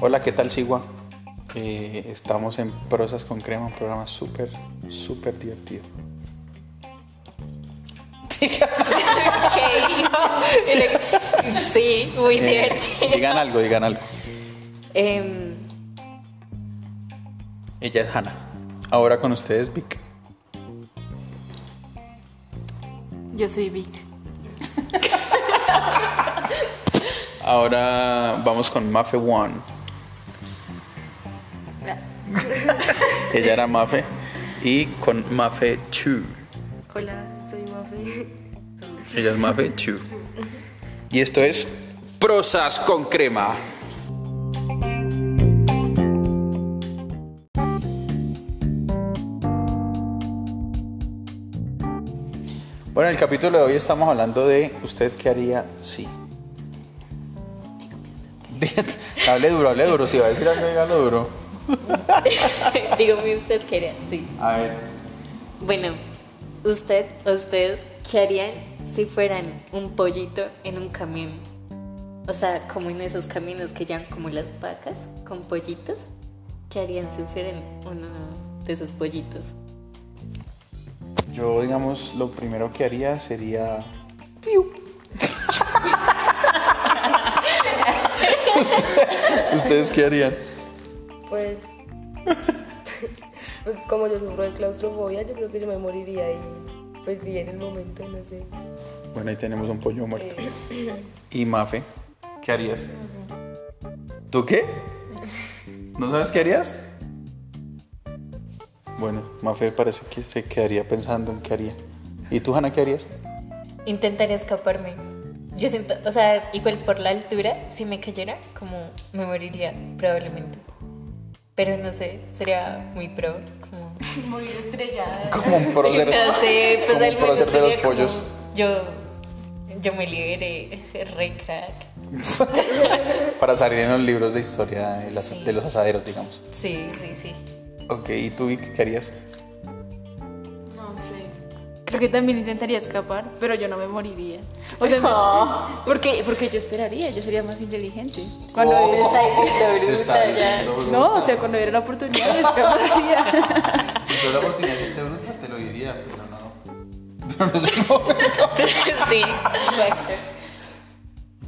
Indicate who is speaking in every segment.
Speaker 1: Hola, ¿qué tal, Sigua? Eh, estamos en Prosas con Crema, un programa súper, súper divertido.
Speaker 2: ¿Qué hizo? Sí, muy
Speaker 1: Eh,
Speaker 2: divertido.
Speaker 1: digan algo, digan algo.
Speaker 2: Em,
Speaker 1: Ella es Hanna. Ahora con ustedes, Vic.
Speaker 3: Yo soy Vic.
Speaker 1: Ahora vamos con Mafe One. Ella era Mafe. Y con Mafe 2.
Speaker 2: hola, soy Mafe.
Speaker 1: Ella es Mafe 2. Y esto es Prosas con Crema. Bueno, en el capítulo de hoy estamos hablando de usted qué haría si. hable duro, hable duro. Si va a decir algo, dígalo duro.
Speaker 2: Dígame usted qué haría. Sí.
Speaker 1: A ver.
Speaker 2: Bueno, usted, ustedes, ¿qué harían si fueran un pollito en un camión? O sea, como en esos camiones que llevan como las vacas con pollitos. ¿Qué harían si fueran uno de esos pollitos?
Speaker 1: Yo, digamos, lo primero que haría sería. ¡Piu! Usted- ¿Ustedes qué harían?
Speaker 4: Pues, pues como yo sufro de claustrofobia, yo creo que yo me moriría y pues sí, en el momento, no sé.
Speaker 1: Bueno, ahí tenemos un pollo muerto.
Speaker 5: Eh,
Speaker 1: ¿Y Mafe? ¿Qué harías? ¿Tú qué? ¿No sabes qué harías? Bueno, Mafe parece que se quedaría pensando en qué haría. ¿Y tú, Hanna, qué harías?
Speaker 5: Intentaría escaparme. Yo siento, o sea, igual por la altura, si me cayera, como me moriría probablemente. Pero no sé, sería muy pro. Como...
Speaker 3: Morir estrellada.
Speaker 1: Como un prócer.
Speaker 5: No sé, pues
Speaker 1: como
Speaker 5: al
Speaker 1: un prócer de los
Speaker 5: sería como,
Speaker 1: pollos.
Speaker 5: Yo, yo me liberé, re crack.
Speaker 1: Para salir en los libros de historia de, las- de los asaderos, digamos.
Speaker 5: Sí, sí, sí.
Speaker 1: Ok, ¿y tú, Vic, qué harías?
Speaker 3: No sé. Creo que también intentaría escapar, pero yo no me moriría. O sea, me- porque, porque yo esperaría, yo sería más inteligente. Cuando
Speaker 1: Oh,
Speaker 3: viera-
Speaker 1: te está diciendo bruta.
Speaker 3: no, o sea, cuando era la oportunidad me escaparía.
Speaker 1: Si tuviera la oportunidad de decirte bruta, te lo diría, pero no. Pero no es el momento.
Speaker 5: sí, exacto.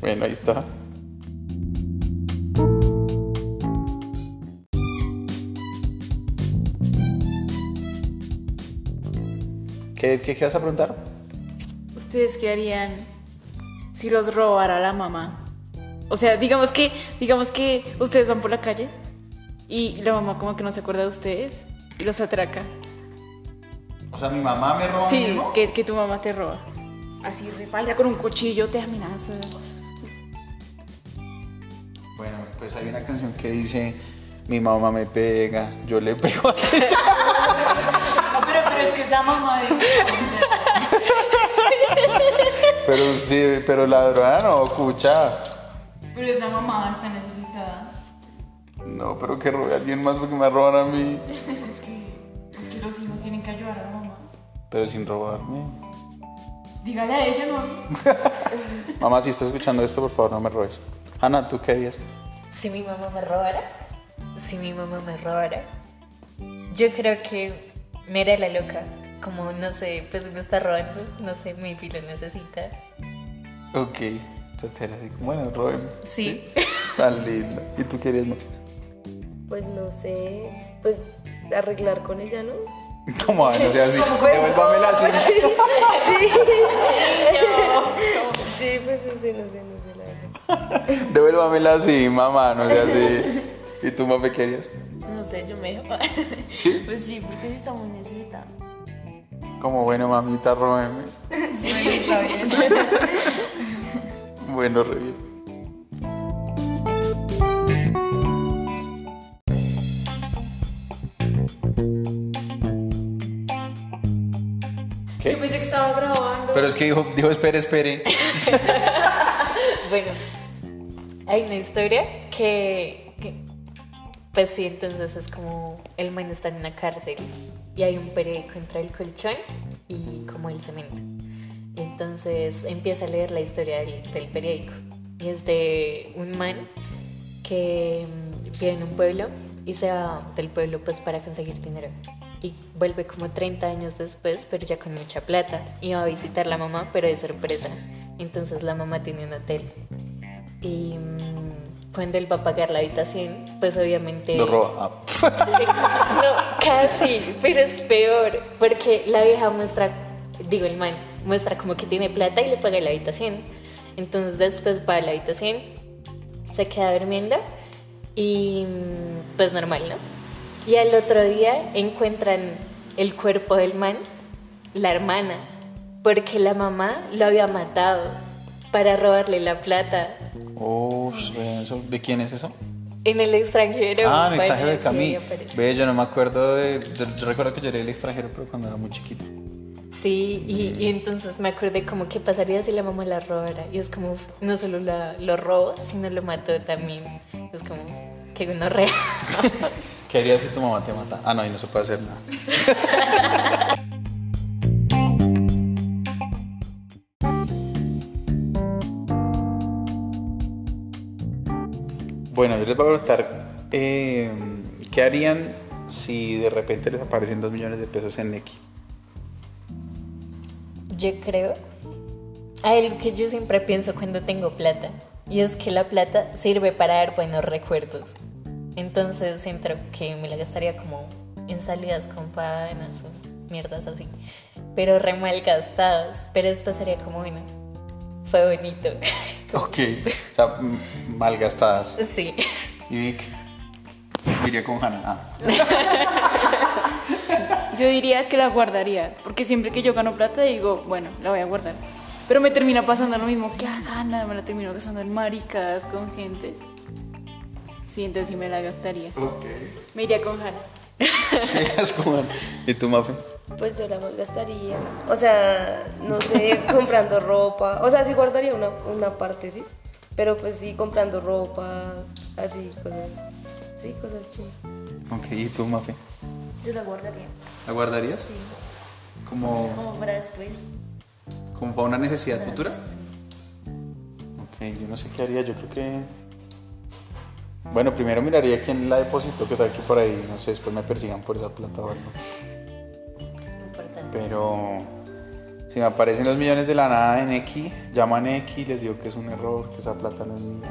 Speaker 1: Bueno, ahí está. ¿Qué, qué, qué vas a preguntar?
Speaker 3: ¿Ustedes qué harían si los robara la mamá? O sea, digamos que, digamos que ustedes van por la calle y la mamá como que no se acuerda de ustedes y los atraca.
Speaker 1: O sea, mi mamá me roba
Speaker 3: Sí, que, que tu mamá te roba. Así repalga con un cuchillo, te amenaza.
Speaker 1: Bueno, pues hay una canción que dice: Mi mamá me pega, yo le pego a ella.
Speaker 3: No, pero, pero es que es la mamá de...
Speaker 1: Pero sí, pero ladrona o cucha.
Speaker 3: Pero es la mamá, está necesitada.
Speaker 1: No, pero que robe a alguien más porque me roban a mí.
Speaker 3: Porque los hijos tienen que ayudar a la mamá.
Speaker 1: Pero sin robarme.
Speaker 3: Dígale a ella, ¿no?
Speaker 1: Mamá, si estás escuchando esto, por favor, no me robes. Ana, ¿tú qué harías?
Speaker 5: Si mi mamá me robara, si mi mamá me robara, yo creo que me era la loca. Como, no sé, pues me está robando, no sé, mi lo necesita.
Speaker 1: Ok. Entonces te así, como, bueno, róbeme.
Speaker 5: Sí.
Speaker 1: Tan linda. ¿Y tú qué harías, Mafi?
Speaker 4: Pues no sé, pues arreglar con ella, ¿no? Pues
Speaker 1: ¿Cómo va? No sea así. Devuélvame la cinta.
Speaker 4: Sí, sí. Sí, pues no sé, no sé, no sé la verdad.
Speaker 1: Devuélvamela así, mamá, no sea así. ¿Y tú, Mafi, qué harías?
Speaker 6: No sé, yo me
Speaker 1: ¿Sí?
Speaker 6: Pues sí, porque sí está muy necesitada.
Speaker 1: Como, bueno, mamita, róbeme.
Speaker 6: está bien.
Speaker 1: Bueno, re bien. ¿Qué?
Speaker 3: Yo pensé que estaba grabando.
Speaker 1: Pero es que dijo, dijo espere, espere.
Speaker 5: Bueno, hay una historia que, que- Pues sí, entonces es como el man está en una cárcel y hay un periódico entre el colchón y como el cemento.
Speaker 2: Entonces empieza a leer la historia del, del periódico. Y es de un man que mm, vive en un pueblo y se va del pueblo pues para conseguir dinero. Y vuelve como 30 años después, pero ya con mucha plata. Y va a visitar la mamá, pero de sorpresa. Entonces la mamá tiene un hotel. Y mm, cuando él va a pagar la habitación, pues obviamente...
Speaker 1: Lo roba. Ah, pf,
Speaker 2: No, casi, pero es peor, porque la vieja muestra, digo el man, muestra como que tiene plata y le paga la habitación. Entonces después va a la habitación, se queda durmiendo y mm, pues normal, ¿no? Y al otro día encuentran el cuerpo del man, la hermana, porque la mamá lo había matado para robarle la plata
Speaker 1: Oh, ve, eso- ¿de quién es eso?
Speaker 2: en el extranjero.
Speaker 1: ah, el
Speaker 2: Bueno,
Speaker 1: extranjero de
Speaker 2: sí,
Speaker 1: Camille.
Speaker 2: aparece.
Speaker 1: Ve, yo no me acuerdo de. Yo, yo recuerdo que yo leí el extranjero, pero cuando era muy chiquito.
Speaker 2: Sí, y, y entonces me acordé como que pasaría si la mamá la robara. Y es como, uf, no solo la, lo robó, sino lo mató también. Es como, que uno rea.
Speaker 1: ¿Qué harías si tu mamá te mata? Ah, no, y no se puede hacer nada. Bueno, yo les voy a preguntar, eh, ¿qué harían si de repente les aparecen dos millones de pesos en Neki?
Speaker 2: Yo creo, algo que yo siempre pienso cuando tengo plata, y es que la plata sirve para dar buenos recuerdos. Entonces siento que me la gastaría como en salidas con panas o mierdas así, pero re mal gastadas. Pero después sería como, bueno, fue bonito.
Speaker 1: Ok, o sea, m- malgastadas.
Speaker 2: sí.
Speaker 1: Y Vic, iría con Hannah. Ah,
Speaker 3: Yo diría que la guardaría, porque siempre que yo gano plata digo, bueno, la voy a guardar. Pero me termina pasando lo mismo que ah, gana, me la termino gastando en maricadas con gente. Sí, entonces sí me la gastaría.
Speaker 1: ok.
Speaker 3: Me iría con Hannah.
Speaker 1: Sí, es como- ¿Y tú, Mafe?
Speaker 4: Pues yo la malgastaría. O sea, no sé, comprando ropa. O sea, sí guardaría una, una parte, sí. Pero pues sí, comprando ropa, así, cosas. Sí, cosas chidas.
Speaker 1: Ok, ¿y tú, Mafe?
Speaker 6: Yo la guardaría.
Speaker 1: ¿La guardarías?
Speaker 6: Sí.
Speaker 1: Como...
Speaker 6: Como para después.
Speaker 1: ¿Como para una necesidad futura? Ok, yo no sé qué haría, yo creo que... Bueno, primero miraría quién la depositó, que tal que por ahí, no sé, después me persigan por esa plata o algo. Pero si me aparecen los millones de la nada en X, llaman a X y les digo que es un error, que esa plata no es mía.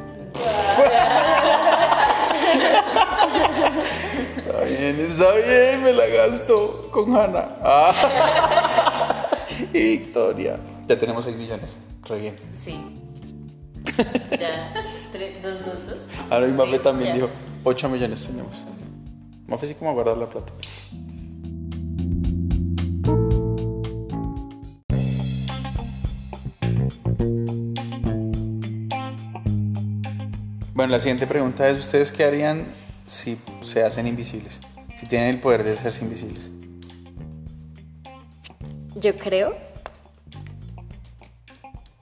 Speaker 1: está bien, está bien, me la gasto con Hanna. Ah. y Victoria. Ya tenemos 6 millones, re bien.
Speaker 2: Sí. Ya. Tre- dos, dos, dos.
Speaker 1: Ahora mi Mafe
Speaker 2: Sí,
Speaker 1: también
Speaker 2: ya.
Speaker 1: dijo, 8 millones tenemos. Mafe sí como a guardar la plata. Bueno, la siguiente pregunta es, ¿ustedes qué harían si se hacen invisibles? Si tienen el poder de hacerse invisibles.
Speaker 2: Yo creo.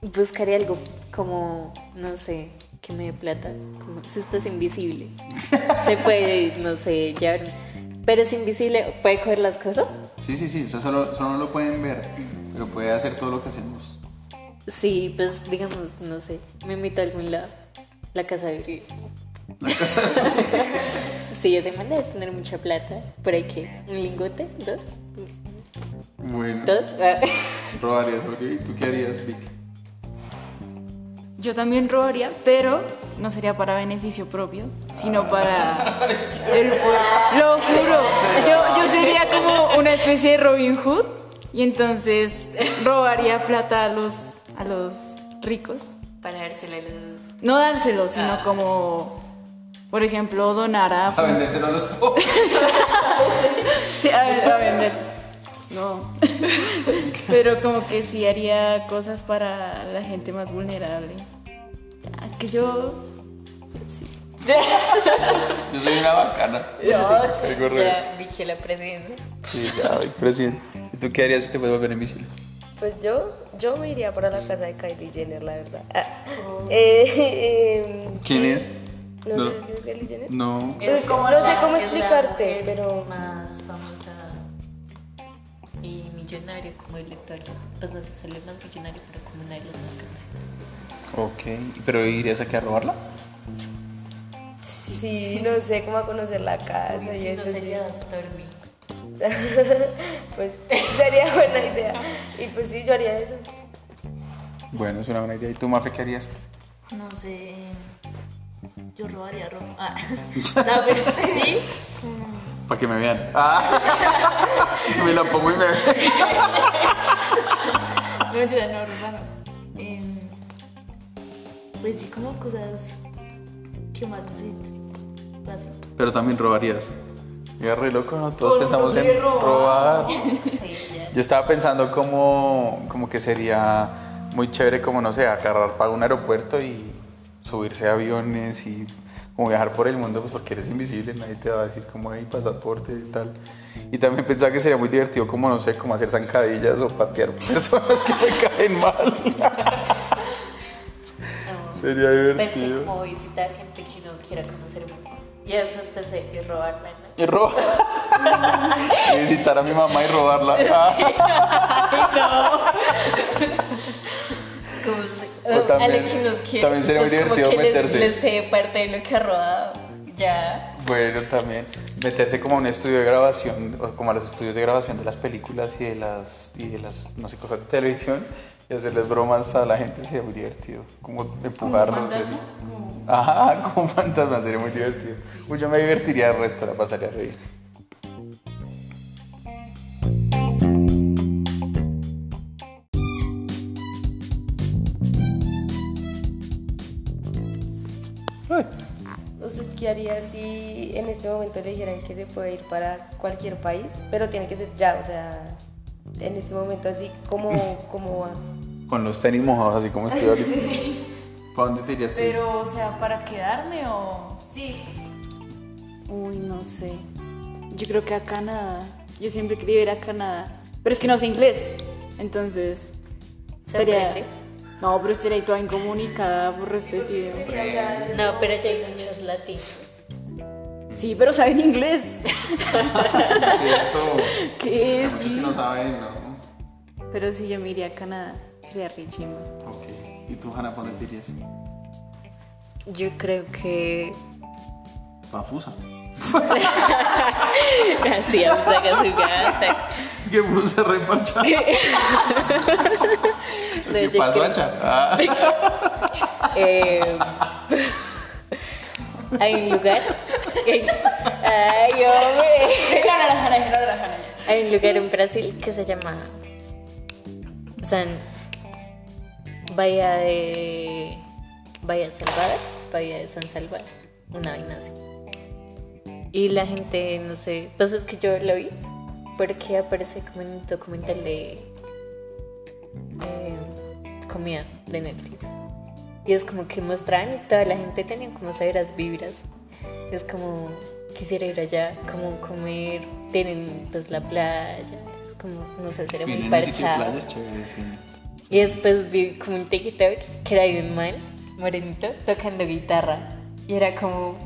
Speaker 2: Buscaré algo como, no sé, que me dé plata. Como, si usted es invisible, se puede, no sé, llevar. Pero es invisible, puede coger las cosas.
Speaker 1: Sí, sí, sí, eso solo, solo no lo pueden ver, pero puede hacer todo lo que hacemos.
Speaker 2: Sí, pues digamos, no sé, me invito a algún lado. La casa de Uribe.
Speaker 1: La casa-
Speaker 2: Sí, ese man debe tener mucha plata. ¿Por ahí qué? ¿Un lingote? ¿Dos?
Speaker 1: bueno,
Speaker 2: ¿Dos? ah.
Speaker 1: robarías, ok. ¿Y tú qué harías, Vic?
Speaker 3: Yo también robaría, pero no sería para beneficio propio, sino para el pueblo. Lo juro. Yo, yo sería como una especie de Robin Hood y entonces robaría plata a los, a los ricos.
Speaker 5: Para dársela a los...
Speaker 3: No dárselo, sino como, por ejemplo, donar a...
Speaker 1: A vendérselo a los pobres.
Speaker 3: Sí, a, ver, a vender. No. Pero como que sí haría cosas para la gente más vulnerable. Ah, Es que yo...
Speaker 1: Yo soy una bacana.
Speaker 2: No,
Speaker 1: correcto.
Speaker 2: ya vi que la presidencia.
Speaker 1: Sí, ya, ay, presidente. ¿Y tú qué harías si te puedes volver invisible?
Speaker 4: Pues yo, yo me iría para la casa de Kylie Jenner, la verdad. Ah, eh, eh,
Speaker 1: ¿Quién
Speaker 4: sí.
Speaker 1: es?
Speaker 4: ¿No,
Speaker 1: No.
Speaker 4: sabes quién es Kylie Jenner?
Speaker 1: No.
Speaker 4: Pues, no sé cómo explicarte, pero
Speaker 5: más famosa y millonaria millonario como el lector. Pues no sé si es más millonario, pero como uno de los más conocidos.
Speaker 1: Ok, pero irías aquí a robarla?
Speaker 4: Sí, no sé cómo a conocer la casa y
Speaker 5: Si no
Speaker 4: eso. sí.
Speaker 5: sería Stormy.
Speaker 4: pues sería buena idea. Y pues sí, yo haría eso.
Speaker 1: Bueno, es una buena idea. ¿Y tú, Mafe, qué harías?
Speaker 6: No sé. Yo robaría ropa. Ah. O sea, pero sí.
Speaker 1: Para que me vean. Ah. me la pongo y me vean.
Speaker 6: No mentira, no, ropa no. Em, pues sí, como cosas que más necesito. Así.
Speaker 1: Pero también robarías. Yo re loco, ¿no? Todos
Speaker 6: Todo el mundo
Speaker 1: pensamos
Speaker 6: quiere
Speaker 1: en robar.
Speaker 6: robar.
Speaker 1: Yo estaba pensando como, como que sería muy chévere, como no sé, agarrar para un aeropuerto y subirse a aviones y como viajar por el mundo, pues porque eres invisible, nadie te va a decir como hay pasaporte y tal. Y también pensaba que sería muy divertido, como no sé, como hacer zancadillas o patear personas que me caen mal. sería
Speaker 5: Pensé
Speaker 1: divertido.
Speaker 5: como visitar gente que no quiera conocer mucho. Y después pensé, y robarla, ¿no?
Speaker 1: Y robar. Y visitar a mi mamá y robarla. Ah,
Speaker 5: Como se-
Speaker 1: O
Speaker 5: o
Speaker 1: también-
Speaker 5: alguien que nos quiere.
Speaker 1: también sería muy
Speaker 5: pues como
Speaker 1: divertido
Speaker 5: que les-
Speaker 1: meterse.
Speaker 5: Les, sé parte de lo que ha robado. Ya.
Speaker 1: Bueno, también meterse como a un estudio de grabación, o como a los estudios de grabación de las películas y de las, y de las no sé, cosas de televisión y hacerles bromas a la gente sería muy divertido. Como empujarlos. así. Ajá, como un fantasma, sería muy divertido. Uy, yo me divertiría el resto, la pasaría a reír.
Speaker 4: ¿Usted qué haría si en este momento le dijeran que se puede ir para cualquier país? Pero tiene que ser ya, o sea, en este momento así, ¿cómo, cómo vas?
Speaker 1: Con los tenis mojados, así como estoy ahorita. ¿Para dónde te irías tú?
Speaker 3: Pero, o sea, ¿para quedarme o...?
Speaker 4: Sí.
Speaker 3: Uy, no sé. Yo creo que a Canadá. Yo siempre quería ir a Canadá. Pero es que no sé inglés. Entonces...
Speaker 5: Sorprende.
Speaker 3: No, pero estaría ahí toda incomunicada por resto de tiempo.
Speaker 5: No, pero ya hay muchos latinos.
Speaker 3: Sí, pero saben inglés.
Speaker 1: Cierto.
Speaker 3: ¿Qué
Speaker 1: Hay
Speaker 3: es?
Speaker 1: muchos que no saben, ¿no?
Speaker 3: Pero sí, yo me iría a Canadá. Sería richísimo.
Speaker 1: Ok. ¿Y tú, Hanna, para dónde te irías?
Speaker 2: Yo creo que.
Speaker 1: Para Fusa.
Speaker 2: Así, vamos a casa.
Speaker 1: Es que Fusa reparchada. ¿Qué
Speaker 2: yo
Speaker 1: pasó,
Speaker 2: creo-
Speaker 1: Hacha? Ah.
Speaker 2: Eh, hay un lugar. que- Ay, hombre. Hay un lugar en Brasil que se llama San Bahía de Bahía Salvada, Bahía de San Salvador, una vaina así. Y la gente, no sé, pues es que yo lo vi porque aparece como en un documental de eh, comida de Netflix. Y es como que mostraban y toda la gente tenía como las vibras. Es como, quisiera ir allá, como comer, tienen pues la playa, es como, no sé, sería muy
Speaker 1: Vienen a sitios
Speaker 2: parchado.
Speaker 1: playas chéveres, sí.
Speaker 2: Y después vi como un TikTok que era de un man morenito tocando guitarra. Y era como.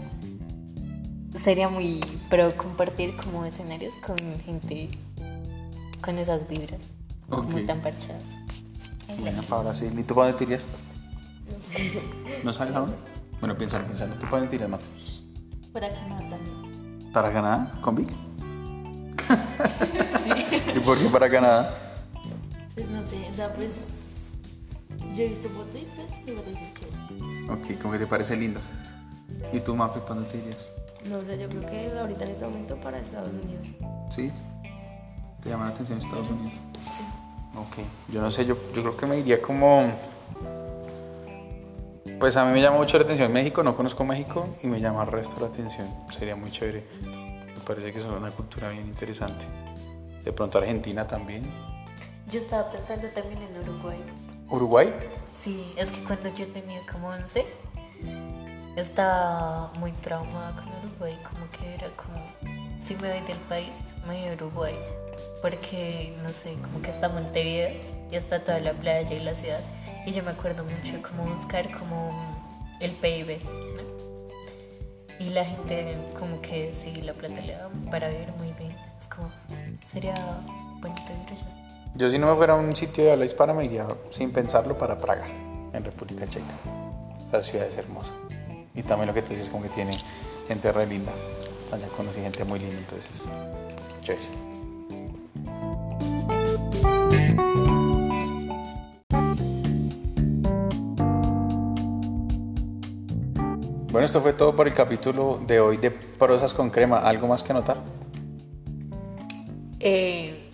Speaker 2: Sería muy. Pero compartir como escenarios con gente con esas vibras. Muy
Speaker 1: Ok.
Speaker 2: tan parchadas.
Speaker 1: Bueno, para ahora sí. ¿Y tú para dónde te irías? ¿No sabes aún? Bueno, piénsalo, piénsalo. ¿Tú para dónde te irías, Mafe?
Speaker 6: Para Canadá también.
Speaker 1: ¿Para Canadá? ¿Con Vic? ¿Y por qué para Canadá?
Speaker 6: Pues no sé, o sea, pues. Yo he visto fotos y pues me parece chévere.
Speaker 1: Ok, como que te parece lindo. ¿Y tú, Mafe, para dónde te irías?
Speaker 4: No sé, yo creo que ahorita en este momento para Estados Unidos.
Speaker 1: ¿Sí? ¿Te llama la atención Estados Unidos? Sí. Ok, yo no sé, yo, yo creo que me iría como... Pues a mí me llama mucho la atención México, no conozco México y me llama el resto la atención, sería muy chévere. Me parece que es una cultura bien interesante. De pronto Argentina también.
Speaker 5: Yo estaba pensando también en Uruguay.
Speaker 1: Uruguay,
Speaker 5: Sí, es que cuando yo tenía como 11, estaba muy traumada con Uruguay, como que era como, si me voy del país, me voy a Uruguay, porque, no sé, como que está Montevideo y está toda la playa y la ciudad, y yo me acuerdo mucho como buscar como el PIB, ¿no? Y la gente como que sí, la plata le da para vivir muy bien, es como, sería bonito ir allá.
Speaker 1: Yo si no me fuera a un sitio de habla hispana me iría sin pensarlo para Praga, en República Checa. La ciudad es hermosa. Y también lo que tú dices como que tiene gente re linda. Allá conocí gente muy linda, entonces chévere. Bueno, esto fue todo por el capítulo de hoy de Prosas con Crema. ¿Algo más que anotar?
Speaker 2: Eh,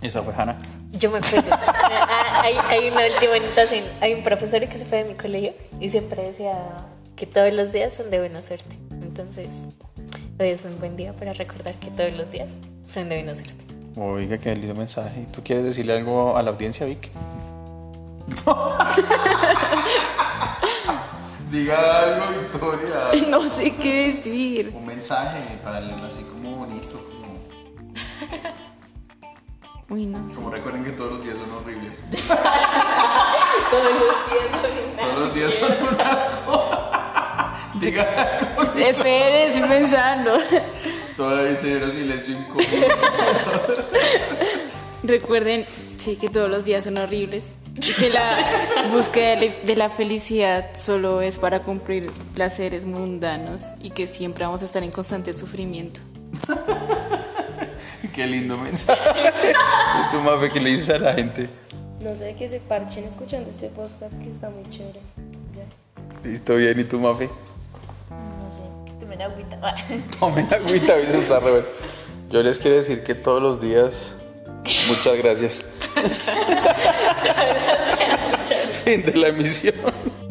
Speaker 1: Esa fue Hanna.
Speaker 2: yo me acuerdo. Ah, hay, hay una última anotación. Hay un profesor que se fue de mi colegio y siempre decía que todos los días son de buena suerte. Entonces, hoy es un buen día para recordar que todos los días son de buena suerte.
Speaker 1: Oiga, qué lindo mensaje. ¿Tú quieres decirle algo a la audiencia, Vic? Diga algo, Victoria.
Speaker 3: No sé qué decir.
Speaker 1: Un mensaje para el así como bonito. Como,
Speaker 3: Uy, no sé.
Speaker 1: como recuerden que todos los días son horribles.
Speaker 2: Todos los días son una-
Speaker 1: Todos los días son un asco. Diga algo.
Speaker 3: Espere, estoy pensando.
Speaker 1: Todavía se dieron silencio incómodo.
Speaker 3: Recuerden, sí, que todos los días son horribles. Y que la búsqueda de la- de la felicidad solo es para cumplir placeres mundanos y que siempre vamos a estar en constante sufrimiento.
Speaker 1: Qué lindo mensaje. ¿Y tú, Mafe, qué le dices a la gente?
Speaker 4: No sé, que se parchen escuchando este podcast que está muy chévere. Ya.
Speaker 1: ¿Listo bien? ¿Y tú, Mafe?
Speaker 5: No sé, que tomen agüita. Ah.
Speaker 1: Tomen agüita, hoy eso está re bueno. Yo les quiero decir que todos los días, muchas gracias. fin de la emisión.